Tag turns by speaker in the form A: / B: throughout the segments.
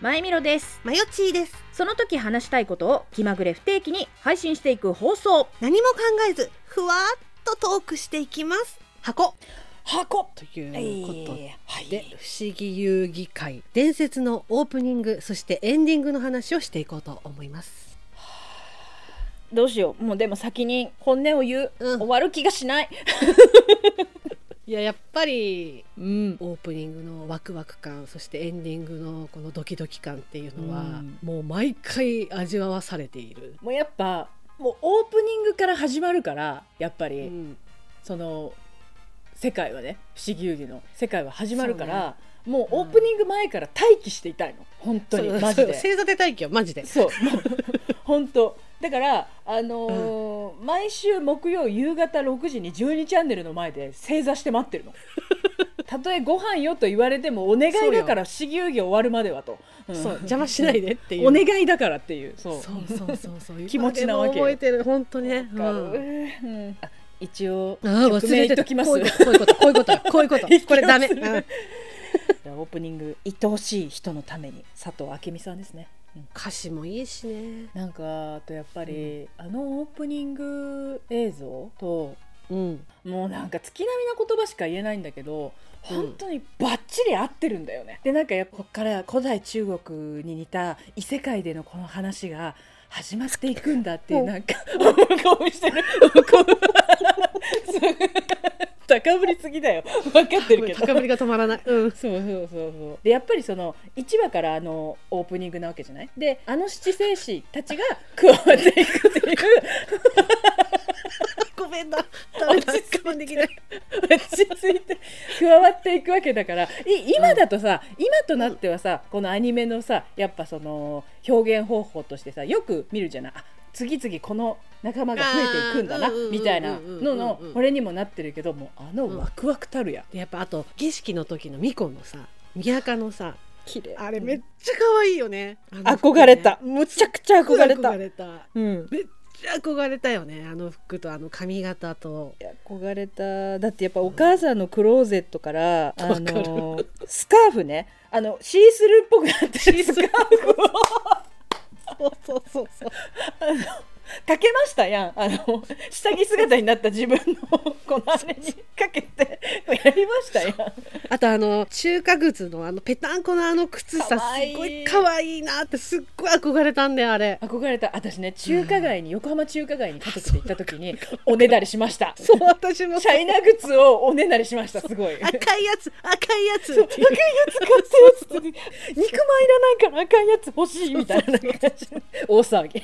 A: まゆみろです
B: マヨチーです
A: その時話したいことを気まぐれ不定期に配信していく放送
B: 何も考えずふわっとトークしていきます箱
C: 箱ということで、不思議遊戯会伝説のオープニングそしてエンディングの話をしていこうと思います
A: どうしようもうでも先に本音を言う、
C: うん
A: 終わる気がしない
C: いややっぱり
A: うん
C: オープニングのワクワク感そしてエンディングのこのドキドキ感っていうのは、
A: うん
C: もう毎回味わわされている、
A: もうやっぱもうオープニングから始まるからやっぱり、
C: うん
A: その世界はね不思議遊戯の世界は始まるからもうオープニング前から待機していたいの本当に
C: そう
A: マジ
C: そう
A: で
C: 正座で待機はマジで
A: そう もう本当だからあのー毎週木曜夕方6時に12チャンネルの前で正座して待ってる のたとえご飯よと言われてもお願いだから不思議遊戯終わるまではと、うん
C: そう邪魔しないでっていう
A: お願いだからっていうそう
C: そうそうそうそう
A: 気持ちなわけよ
C: 今でも覚えてる本当にね、
A: わかる
C: うん
A: うんあ一応
C: ああ
A: 曲名言っときます
C: こういうことこういうことこういうこと これダメ、うん
A: じゃあオープニング愛おしい人のために佐藤明美さんですね、うん
C: 歌詞もいいしね
A: なんかあとやっぱり、あのオープニング映像と
C: うん
A: もうなんか月並みな言葉しか言えないんだけど本当にバッチリ合ってるんだよね、でなんかやっぱこっから古代中国に似た異世界でのこの話が始まっていくんだっていう
C: うん
A: なんか顔してる すごい高ぶりすぎだよ分かってるけど
C: 高ぶりが止まらない、うん、
A: そうそうそうそうでやっぱりその1話からあのオープニングなわけじゃないであの七星子たちが加わっていくっていう
C: ごめん なダメだ
A: 落ち着いて
C: 我慢できない
A: 落ち着いて加わっていくわけだからい今だとさ、今となってはさこのアニメのさやっぱその表現方法としてさよく見るじゃないあ次々この仲間が増えていくんだな
C: あーうんうんうんうん
A: みたいなののこれにもなってるけどもうあのワクワクたるや、
C: でやっぱあと儀式の時の巫女のさ宮垢のさ
A: 綺麗
C: あれめっちゃ可愛いよね、あの服ね
A: 憧れたむちゃくちゃ憧れた
C: 憧れた
A: うん
C: めっちゃ憧れたよねあの服とあの髪型と
A: 憧れただってやっぱお母さんのクローゼットから、あのスカーフねあのシースルーっぽくなってるスカーフを
C: そうそうそうそう
A: かけましたやんあの下着姿になった自分のこのあれにかけてやりましたやん
C: あとあの中華靴のあのペタンコのあの靴さ
A: 可愛い
C: すっごい可愛いなってすっごい憧れたんだよあれ
A: 憧れた私ね中華街に、横浜中華街に家族で行った時 におねだりしました
C: そう 私も
A: チャイナ靴をおねだりしましたすごい
C: 赤いやつ赤いやつ
A: そう赤いやつ買ったやつ肉まんいらないから赤いやつ欲しいみたいな感じ大騒ぎ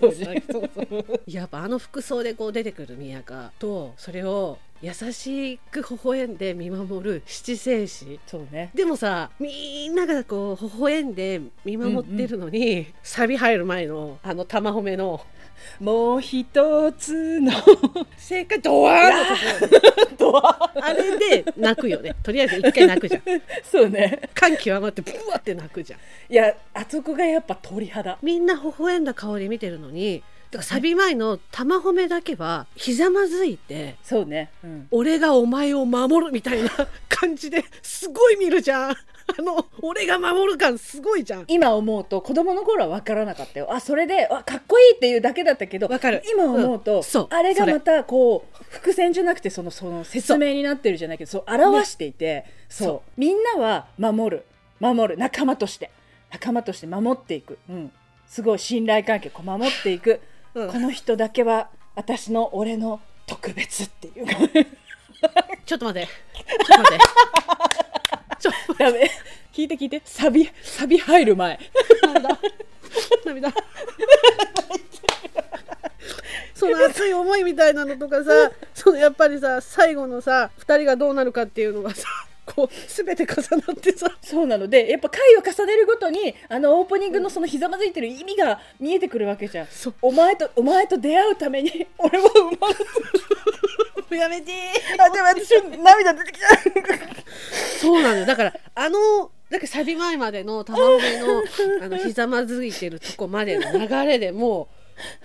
A: 当時そうそう
C: やっぱあの服装でこう出てくる宮がとそれを優しく微笑んで見守る七戦士
A: ね
C: でもさみんながこう微笑んで見守ってるのに、サビ入る前のあの玉褒めの
A: もう一つの
C: 正解ドワーンのと こ
A: ドア
C: あれで泣くよねとりあえず一回泣くじゃん
A: そうね
C: 感極まってブワって泣くじゃん
A: いやあそこがやっぱ鳥肌
C: みんな微笑んだ顔で見てるのにだからサビ前の玉褒めだけはひざまずいて
A: そうね、うん、
C: 俺がお前を守るみたいな感じですごい見るじゃんあの俺が守る感すごいじゃん
A: 今思うと子供の頃は分からなかったよあそれであかっこいいっていうだけだったけど
C: わかる
A: 今思うと、
C: うんそう
A: あれが
C: それ
A: またこう伏線じゃなくてそのその説明になってるじゃないけどそう表していて、そう
C: そ
A: みんなは守る守る仲間として仲間として守っていく、うん、すごい信頼関係こう守っていく、
C: うん
A: この人だけは私の俺の特別って いうか
C: ちょっと待ってちょっと 待ってちょっ
A: ダメ聞いて聞いてサビサビ入る前
C: と涙 その熱い思いみたいなのとかさそのやっぱりさ最後のさ2人がどうなるかっていうのがさこう全て重なってさ
A: そうなのでやっぱ回を重ねるごとにあのオープニングのそのひざまずいてる意味が見えてくるわけじゃん
C: そう
A: お前とお前と出会うために 俺は生まれた
C: やめて
A: あでも私涙出てきた
C: そうなんだよだからあのだからサビ前までの玉褒めのあのひざまずいてるとこまでの流れでも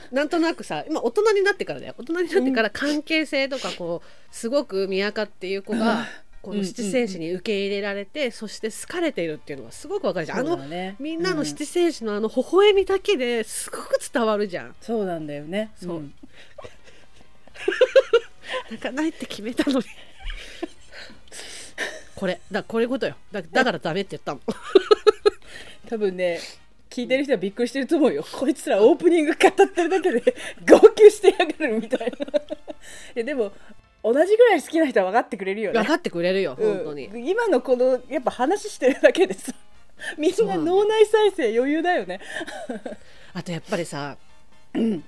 C: うなんとなくさ今大人になってからだよ大人になってから関係性とかこうすごく宮家っていう子がこの七戦士に受け入れられて、そして好かれているっていうのがすごくわかるじゃんあ
A: そう
C: の
A: だね
C: みんな
A: う
C: の七戦士のあの微笑みだけですごく伝わるじゃん
A: そうなんだよね
C: そうん泣かないって決 めたのにこれだこれことよだだからダメって言ったの
A: 多分ね聞いてる人はびっくりしてると思うよこいつらオープニング語ってるだけで号泣してやがるみたいないやでも同じぐらい好きな人は分かってくれるよね
C: 分かってくれるよ本当に、
A: うん今のこのやっぱ話してるだけでさ みんな脳内再生余裕だよね
C: あとやっぱりさ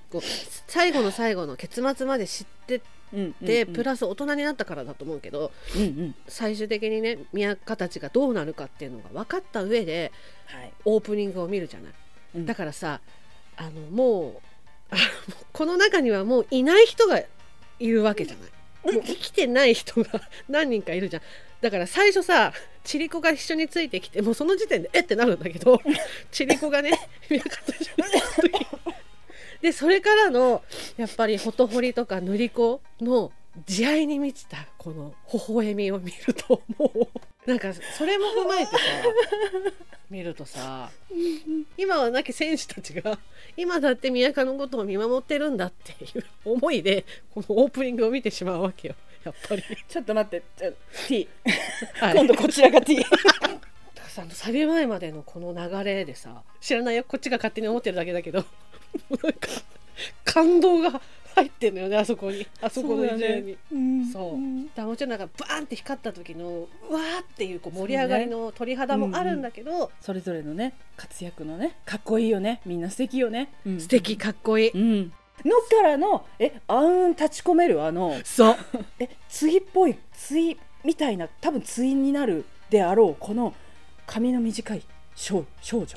C: こう最後の最後の結末まで知って
A: うん
C: て、
A: うん
C: プラス大人になったからだと思うけど
A: うんうん
C: 最終的にね宮家たちがどうなるかっていうのが分かった上で
A: はい
C: オープニングを見るじゃない、
A: うん
C: だからさあのもうあもうこの中にはもういない人がいるわけじゃない、もう生きてない人が 何人かいるじゃんだから最初さちりこが一緒についてきてもうその時点でえってなるんだけどちりこがね 宮家と一緒についてきてでそれからのやっぱりほとほりとか塗り子の慈愛に満ちたこの微笑みを見るともうなんかそれも踏まえてさ見るとさ 今は亡き選手たちが今だって宮家のことを見守ってるんだっていう思いでこのオープニングを見てしまうわけよやっぱり、
A: ちょっと待ってちょ T
C: はい、
A: 今度こちらが T
C: だからさあのサビ前までのこの流れでさ知らないよこっちが勝手に思ってるだけだけど もうなんか感動が入ってんのよねあそこにあそこの一面に。そうだからもちろんなんかバーンって光った時のうわーっていうこう盛り上がりの鳥肌もあるんだけど、
A: それぞれのね活躍のねかっこいいよねみんな素敵よね、うん
C: 素敵かっこいい、
A: うんのからのえあうん立ち込めるあの
C: そう
A: え対っぽい対みたいな多分対になるであろうこの髪の短い少少女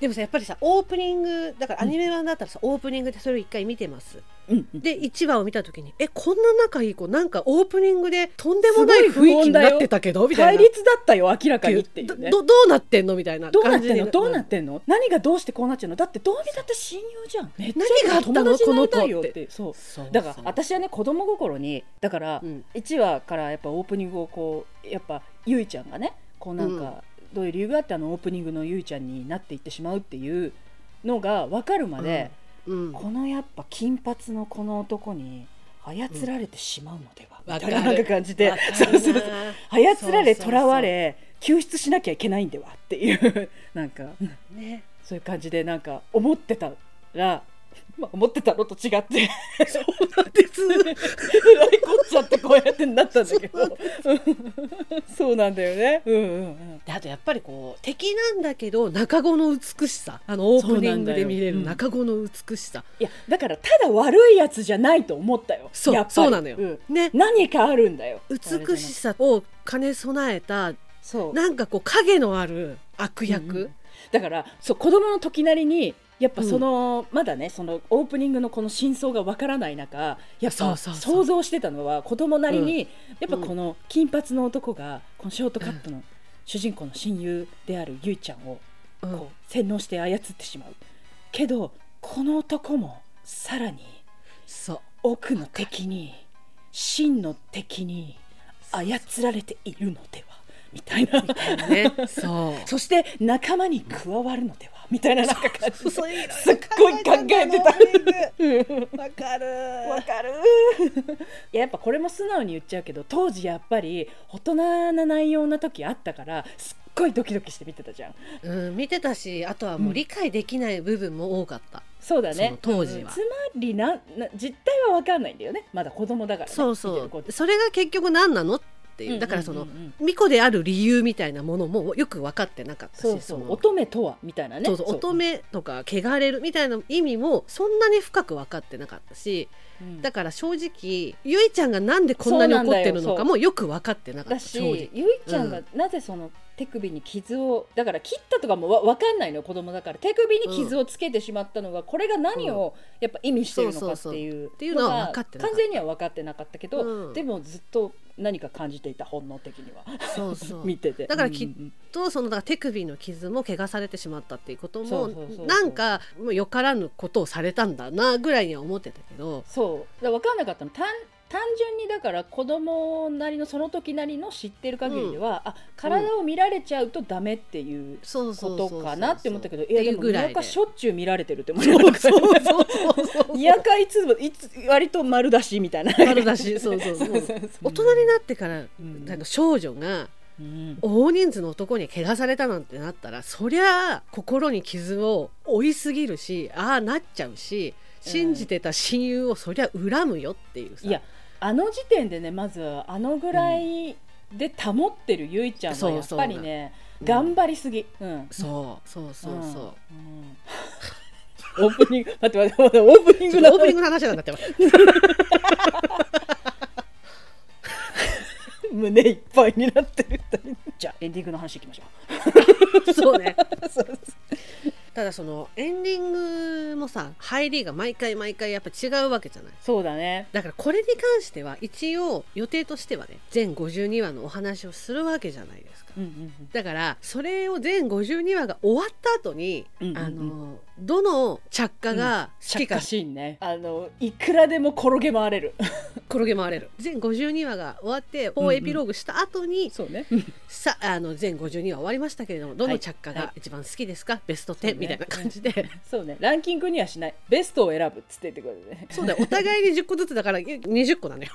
C: でもさやっぱりさオープニングだからアニメ版だったらさ、オープニングでそれを一回見てます
A: うんうん
C: で1話を見た時にえこんな仲いい子なんかオープニングでとんでもない雰囲気になってたけどみた
A: 対
C: いな
A: 立だったよ明らかにっていうね
C: どどどうなってんのみたいな
A: どうなってん
C: 感じ
A: の
C: に
A: どうなってんの何がどうしてこうなっちゃうのだってどう見たって親友じゃんめっち
C: 何があ
A: ゃい
C: っ
A: い
C: た
A: 友
C: の
A: 達になりたいよっ
C: この
A: てそう
C: そうそう
A: だから私はね子供心にだから
C: うん
A: 1話からやっぱオープニングをこうやっぱゆいちゃんがねこうなん
C: う
A: かどういう理由があってあのオープニングのゆいちゃんになっていってしまうっていうのが分かるまで、
C: うん
A: このやっぱ金髪のこの男に操られてしまうのでは、
C: うん
A: みたいな
C: わか
A: な
C: る
A: んか感じで
C: わかるな
A: そうそうそう操られ
C: そうそう
A: 囚
C: そう
A: われ救出しなきゃいけないんではっていうなんか
C: ね
A: そういう感じでなんか思ってたら、まあ、思ってたのと違って
C: そうなんです
A: えらいこっちゃってこうやってなったんだけどうんそうなんだよねうんうんうん
C: であとやっぱりこう敵なんだけど中子の美しさあのオープニングで見れ
A: そう
C: る
A: なんだ
C: 中子の美しさ
A: いやだからただ悪いやつじゃないと思ったよ
C: そう
A: やっぱり
C: そうなのよ
A: ん
C: ね
A: 何かあるんだよ
C: 美しさを兼ね備えた
A: そう
C: なんかこう影のある悪役、
A: うんだからそう子供の時なりにやっぱその、まだねそのオープニングのこの真相がわからない中やっ
C: そ
A: ぱ
C: うそうそう
A: 想像してたのは子供なりに、やっぱ
C: うん
A: この金髪の男がこのショートカットの主人公の親友であるゆいちゃんを
C: うん
A: こう洗脳して操ってしまうけどこの男もさらに
C: そう
A: 奥の敵に真の敵に操られているのではみたいな。
C: ね、そ
A: そして仲間に加わるのではみたいななんか感じ
C: う。そういう
A: すっごい考えてた。
C: わかる。
A: かる。 いややっぱこれも素直に言っちゃうけど当時やっぱり大人な内容な時あったからすっごいドキドキして見てたじゃん。
C: うん、見てたし、あとはもう理解できない部分も多かった。
A: そうだね。
C: その当時は
A: つまりなな実態は分かんないんだよね。まだ子供だから、ね。
C: そ
A: 見
C: う
A: て
C: そ
A: る子っ
C: う。
A: て
C: それが結局何なのっていう、だからその。巫女である理由みたいなものもよく分かってなかったし、
A: そうそ
C: の
A: う乙女とはみたいなね。
C: そうそう乙女とか汚れるみたいな意味もそんなに深く分かってなかったし、
A: うん
C: だから正直ゆいちゃんがなんでこんなに怒ってるのかもよく分かってなかっ
A: だ
C: た正
A: し
C: 直
A: ゆいちゃんがなぜその手首に傷をだから切ったとかもわ分かんないのよ子供だから手首に傷をつけてしまったのがこれが何をやっぱ意味してるのかっていう
C: そうそうそうっていうのは分かってなかっ
A: 完
C: た
A: 全には分かってなかったけど、
C: うん
A: でもずっと何か感じていた本能的には
C: そう そう
A: 見てて
C: だからきっ
A: うんうん
C: とそのだから手首の傷も怪我されてしまったっていうこと
A: そ
C: も
A: うそうそうそう
C: なんかもうよからぬことをされたんだなぐらいには思ってたけど
A: そうだから分かんなかったの単単純にだから子供なりのその時なりの知ってる限りでは、あ体を見られちゃうとダメっていう
C: そう
A: こ
C: そうそうそう
A: とかなって思ったけど
C: っ
A: いや
C: てい
A: で
C: う
A: も
C: ぐらい
A: 宮
C: で
A: 川しょっちゅう見られてるって思い
C: そう
A: ながら
C: そうそうそうそう
A: 宮川いつもいつ割と丸出しみたいな
C: 丸出しそうそうもう大人になってから、
A: うん
C: なんか少女が
A: うん
C: 大人数の男に怪我されたなんてなったらそりゃあ心に傷を負いすぎるしああなっちゃうし信じてた親友をそりゃ恨むよっていうさ、
A: いやあの時点でねまずあのぐらいで保ってるゆいちゃん
C: そ
A: は
C: う
A: やっぱりね
C: そうなの
A: 頑張りすぎ、うん
C: そうそうそうそう、
A: うんオープニング待って待って待ってオープニング
C: ちょっ
A: の
C: とオープニングの話なんだってば
A: 胸いっぱいになってる二人じゃあエンディングの話いきましょ
C: そうね
A: うそうそう
C: ただそのエンディングもさ入りが毎回毎回やっぱ違うわけじゃない
A: そうだね
C: だからこれに関しては一応予定としてはね全52話のお話をするわけじゃないですか
A: うんうん
C: だからそれを全52話が終わった後に、
A: うんうんうん
C: あのどの着火が好
A: し
C: きか
A: かしんねあのいくらでも転げ回れる
C: 転げ回れる全52話が終わって4エピローグした後に、
A: そうね
C: さあの全52話終わりましたけれどもどの着火
A: はいは
C: が
A: い
C: 一番好きですか、ベスト
A: そうね
C: 10みたいな感じで、
A: そうねランキングにはしないベストを選ぶっつって言ってくれ るね
C: そうだよお互いに10個ずつだから20個なのよ。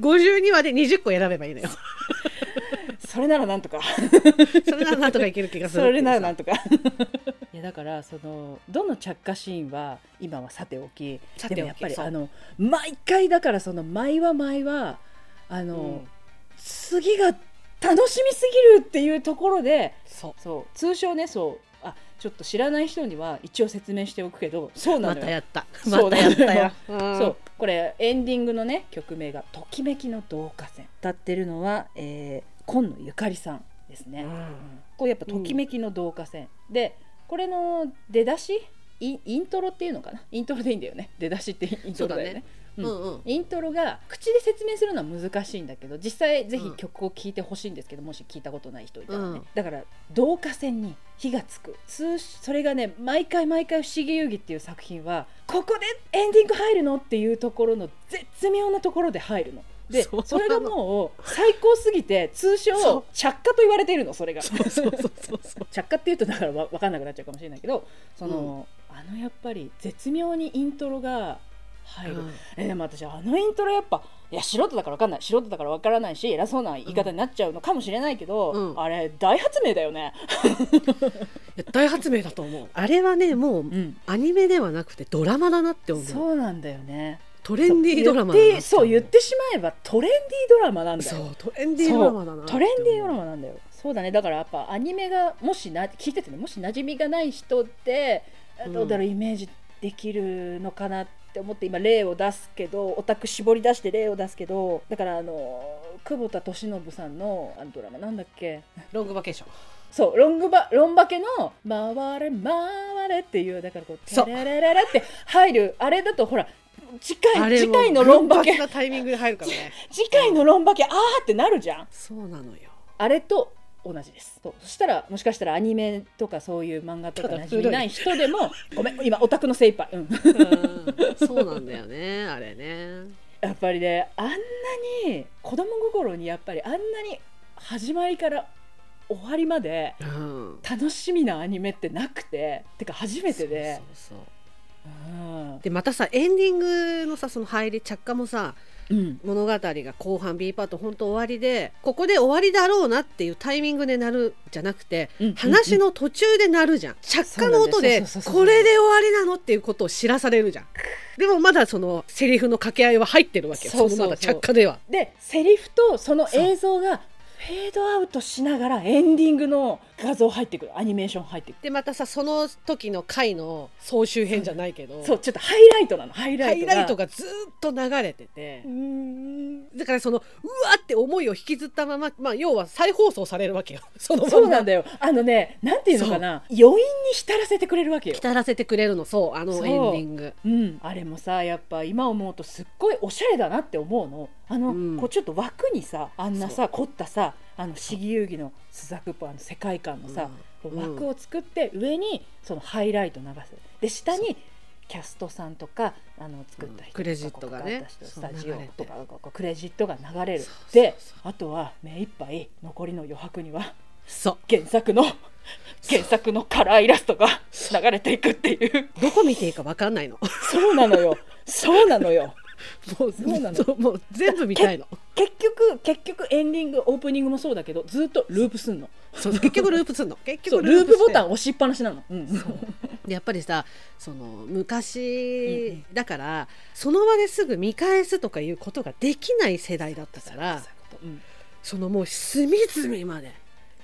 C: 52話で20個選べばいいのよ。
A: それならなんとか
C: それならなんとかいける気がする
A: それならなんんとかいやだからそのどの着火シーンは今はさておき
C: さておき
A: でもやっぱり
C: そう
A: あの毎回だからその毎は毎はあの、
C: うん
A: 次が楽しみすぎるっていうところで
C: そう
A: そう通称ねそうあちょっと知らない人には一応説明しておくけどそうな
C: ま
A: の
C: た
A: よ、
C: やった
A: そう
C: またやったよ、
A: そううこれエンディングのね曲名が「ときめきの導火線」歌ってるのは、えー、今野ゆかりさんですね、
C: うん
A: こうやっぱ「ときめきの導火線」でこれの出だしインイントロっていうのかなイントロでいいんだよね出だしってイントロだよね
C: んうんうん
A: イントロが口で説明するのは難しいんだけど実際ぜひ曲を聴いてほしいんですけど、もし聞いたことない人いたらね、
C: うん
A: だから導火線に火がつく通それがね毎回毎回「不思議遊戯」っていう作品はここでエンディング入るのっていうところの絶妙なところで入るの。で
C: そうなの
A: それがもう最高すぎて通
C: そう
A: 称着火と言われているのそれが。
C: そうそうそうそうそう
A: 着火っていうとだからわ分かんなくなっちゃうかもしれないけどその、あのやっぱり絶妙にイントロが入る、
C: うん
A: えでも私あのイントロやっぱいや素人だから分かんない素人だから分からないし偉そうな言い方になっちゃうのかもしれないけど、
C: うん
A: あれ大発明だよね、
C: いや大発明だと思うあれはねもうアニメではなくてドラマだなって思う
A: そうなんだよね
C: トレンディードラマだ
A: そう
C: な
A: 言
C: っ
A: っててそう言ってしまえばトレンディードラマなんだ
C: そ
A: よ
C: うトレンディードラマだなって思う
A: トレンディードラマなんだよそうだねだからやっぱアニメがもしな聞いててねもし馴染みがない人って
C: うん
A: どうだろうイメージできるのかなって思って今例を出すけどオタク絞り出して例を出すけどだからあの久保田利伸さんのあのドラマなんだっけ
C: ロングバケーション
A: そうロングバロンバケの「回れ回れ」っていうだからこう「
C: そう
A: テレレレレ」って入るあれだとほら
C: あ
A: 近い
C: れ
A: 次回のロンバケ
C: なタイミングで入るからね
A: 次回のロンバケあーってなるじゃん
C: そうなのよ
A: あれと同じですそうそしたらもしかしたらアニメとかそういう漫画とか馴染みない人で もごめん今オタクの精一杯、うん、
C: そうなんだよねあれね
A: やっぱりねあんなに子供心にやっぱりあんなに始まりから終わりまで
C: うん
A: 楽しみなアニメってなくててか初めてで
C: そうそうそう
A: うん
C: でまたさエンディングのさその入り着火もさ
A: うん
C: 物語が後半 B パート本当終わりでここで終わりだろうなっていうタイミングで鳴るじゃなくて
A: うん
C: 話の途中で鳴るじゃん着火の
A: そうな
C: 音で
A: んだよそうそうそうそう
C: これで終わりなのっていうことを知らされるじゃんでもまだそのセリフの掛け合いは入ってるわけよ
A: そ
C: そう
A: そうそう
C: のまだ着火では
A: でセリフとその映像がフェードアウトしながらエンディングの画像入ってくるアニメーション入ってくる
C: でまたさその時の回の総集編じゃないけど
A: そうちょっとハイライトなのハイラ
C: ハ
A: イ
C: イ
A: トが
C: ライトがずっと流れてて
A: うーん
C: だからそのうわって思いを引きずったまま、まあ、要は再放送されるわけよそのまま
A: そうなんだよ。あのね、なんていうのかな、余韻に浸らせてくれるわけよ。
C: 浸らせてくれるのそうあの
A: そう
C: エンディング
A: うん、あれもさやっぱ今思うとすっごいおしゃれだなって思うのあの、
C: うん
A: こうちょっと枠にさあんなさ凝ったさあの四季遊戯のスザクポあの世界観のさ、
C: うん
A: こう枠を作って上にそのハイライト流すで下にキャストさんとかあの作った人とか、
C: うんクレジットが
A: こ
C: ね
A: こここ
C: そ
A: ス
C: う
A: タジオ
C: 流れて
A: とかこうクレジットが流れる
C: そうそう
A: で
C: そう
A: あとは目いっぱい残りの余白には
C: そう
A: 原作の原作のカラーイラストが流れていくっていう
C: どこ見ていいかわかんない の
A: そうなのよそうなのよ
C: もう
A: うなの
C: そうもう全部見たいの
A: 結局結局エンディングオープニングもそうだけどずっとループすんの
C: そう結局ループすんの 結
A: そう
C: 局
A: ループボタン
C: ン
A: 押しっぱなしなの、うん
C: でやっぱりさその
A: うん
C: 昔だから、その場ですぐ見返すとかいうことができない世代だったから
A: うん
C: そのもう隅々まで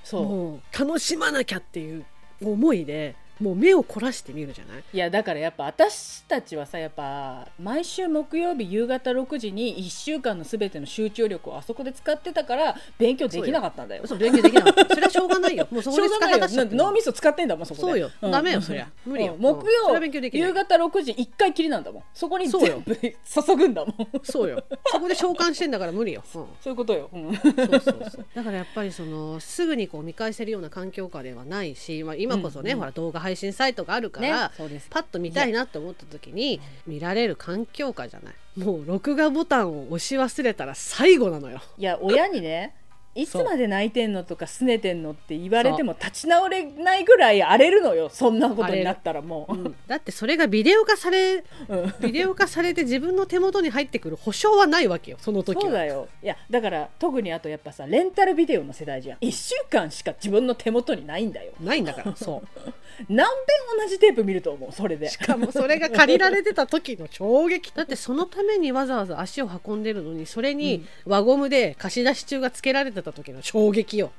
A: そう
C: もう楽しまなきゃっていう思いでもう目を凝らして見るじゃない
A: いやだからやっぱ私たちはさやっぱ毎週木曜日夕方6時に1週間のすべての集中力をあそこで使ってたから勉強できなかったんだよ。
C: そう勉強できなかったそれはしょうがないよもうそこで
A: しょうが
C: 使
A: ない
C: い果
A: よ
C: たしちゃってる
A: 脳みそ使ってんだもんそこで
C: そうよ、
A: ん
C: ダメよそりゃ無理よ、
A: うん木
C: うんそれ
A: 曜
C: は勉強できない
A: 夕方6時1回きりなんだもんそこに
C: そうよ
A: 全部注ぐんだもん
C: そうよそこで召喚してんだから無理よ、うん
A: そういうことよ、うん
C: そうそうそうだからやっぱりそのすぐにこう見返せるような環境下ではないし、まあ、今こそね、
A: うんうん
C: ほら動画配信サイトがあるから、
A: そうです
C: パッと見たいなって思った時に見られる環境下じゃないもう録画ボタンを押し忘れたら最後なのよ
A: いや親にねいつまで泣いてんのとかすねてんのって言われても立ち直れないぐらい荒れるのよそんなことになったらもう、
C: だってそれがビデオ化され
A: うん
C: ビデオ化されて自分の手元に入ってくる保証はないわけよその時は
A: そうだよいやだから特にあとやっぱさレンタルビデオの世代じゃん1週間しか自分の手元にないんだよ
C: ないんだからそう
A: 何遍同じテープ見ると思うそれで
C: しかもそれが借りられてた時の衝撃だってそのためにわざわざ足を運んでるのにそれに輪ゴムで貸し出し中がつけられてた時の衝撃よ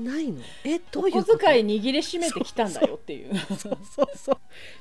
C: ないのえどういう
A: お
C: こ
A: 小
C: と
A: 遣い握りしめてきたんだよっていう
C: そうそうそう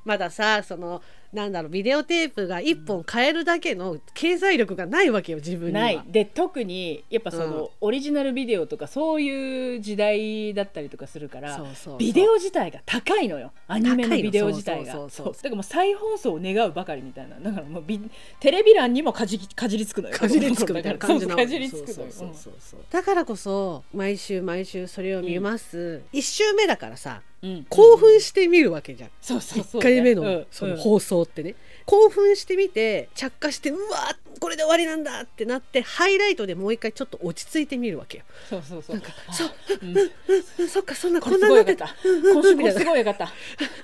C: まださそのなんだろうビデオテープが1本買えるだけの経済力がないわけよ自分に は
A: ないで特にやっぱその、
C: うん
A: オリジナルビデオとかそういう時代だったりとかするから
C: そうそうそう
A: ビデオ自体が高いのよアニメのビデオ自体が
C: 高いのそうそうそうそ
A: だ
C: う
A: からもう再放送を願うばかりみたいなだからもうビテレビ欄にもかじきかじりつくのよ
C: かじりつくみたいな感じな
A: そう
C: わ
A: か
C: け
A: じり
C: よ
A: つくのよ
C: そうそうそうそうだからこそ毎週毎週それを見ます、一週目だからさ
A: うんうん
C: 興奮して見るわけじゃん、
A: そうそうそ
C: 1
A: う
C: 回目の
A: うん
C: その
A: うん
C: 放送ってね、興奮してみて着火してうわこれで終わりなんだってなってハイライトでもう一回ちょっと落ち着いてみるわけよ。
A: そうそうそう
C: そう
A: あ うん
C: うんそっかそんな
A: こ
C: こ
A: れ
C: ん
A: す
C: な
A: ご
C: に
A: いよ
C: なっ
A: かってた
C: た。
A: 今週これすごいよかったこ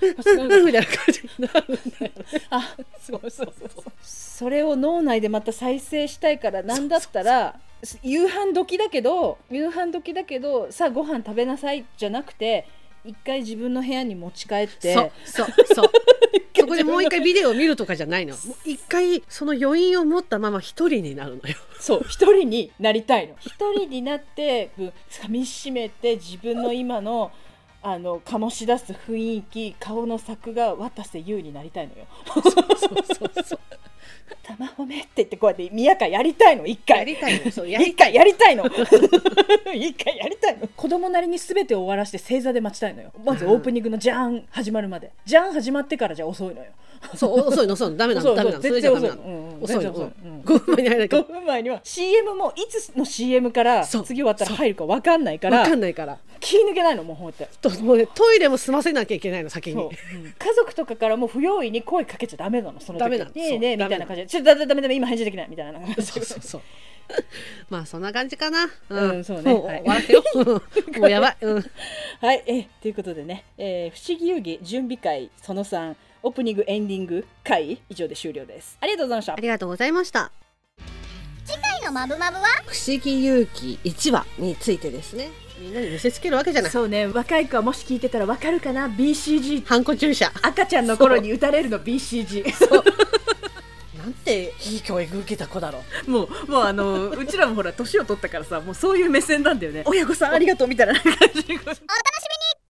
A: れすごいよかっ
C: うんみたいな感じになるんだよね。
A: たあすごいそうそうそうそれを脳内でまた再生したいからなんだったら夕飯時だけど夕飯時だけどさあご飯食べなさいじゃなくて一回自分の部屋に持ち帰って
C: そうそうそう。 そこでもう一回ビデオを見るとかじゃないの。もう一回その余韻を持ったまま一人になるのよ。
A: そう一人になりたいの一人になってうん噛みしめて自分の今のあの醸し出す雰囲気顔の作画渡瀬優になりたいのよ
C: そうそうそう。
A: 「玉褒め」って言ってこうやって宮川やりたいの一回
C: やりたいの。そうや
A: 一
C: りたい。
A: 回やりたいの 一回やりたいの子供なりに全てを終わらして正座で待ちたいのよまずオープニングのじゃーん始まるまでじゃーん始まってからじゃ遅いのよ
C: そう遅いの遅いのダメなのダメなのそれじゃダメな
A: 遅いのうんう
C: の
A: ん
C: 遅
A: 全
C: いの
A: 然遅いうん
C: 5分に入らないか
A: 5分前には CM もいつの CM から
C: そう
A: 次終わったら入るか分かんないからら
C: 分かんないから
A: 気抜けないのもうほうって。
C: ともうねトイレも済ませなきゃいけないの先
A: そう
C: に
A: 家族とかからも不用意に声かけちゃダメなのその時
C: ダメなの
A: ね
C: そ
A: え
C: う
A: ねえみ
C: ダ
A: た
C: メ
A: い
C: な
A: な感
C: の
A: じでちょっとダメダメダメ今返事できないみたいな感じ
C: そうそうそう まあそんな感じかな
A: うんそうね
C: も
A: はい
C: 終わら せようもうやばいうん
A: はいえーということでね、えー不思議遊戯準備会その3オープニングエンディング会以上で終了ですありがとうございました
C: ありがとうございました
B: 回のマブマブは
C: 不思議勇気1話についてですねみんなに見せつけるわけじゃない
A: そうね若い子はもし聞いてたらわかるかな BCG
C: ハンコ注射
A: 赤ちゃんの頃に打たれるの BCG
C: なんていい教育受けた子だろう
A: もうもうあのうちらもほら年を取ったからさもうそういう目線なんだよね親御さんありがとうみたいな感じで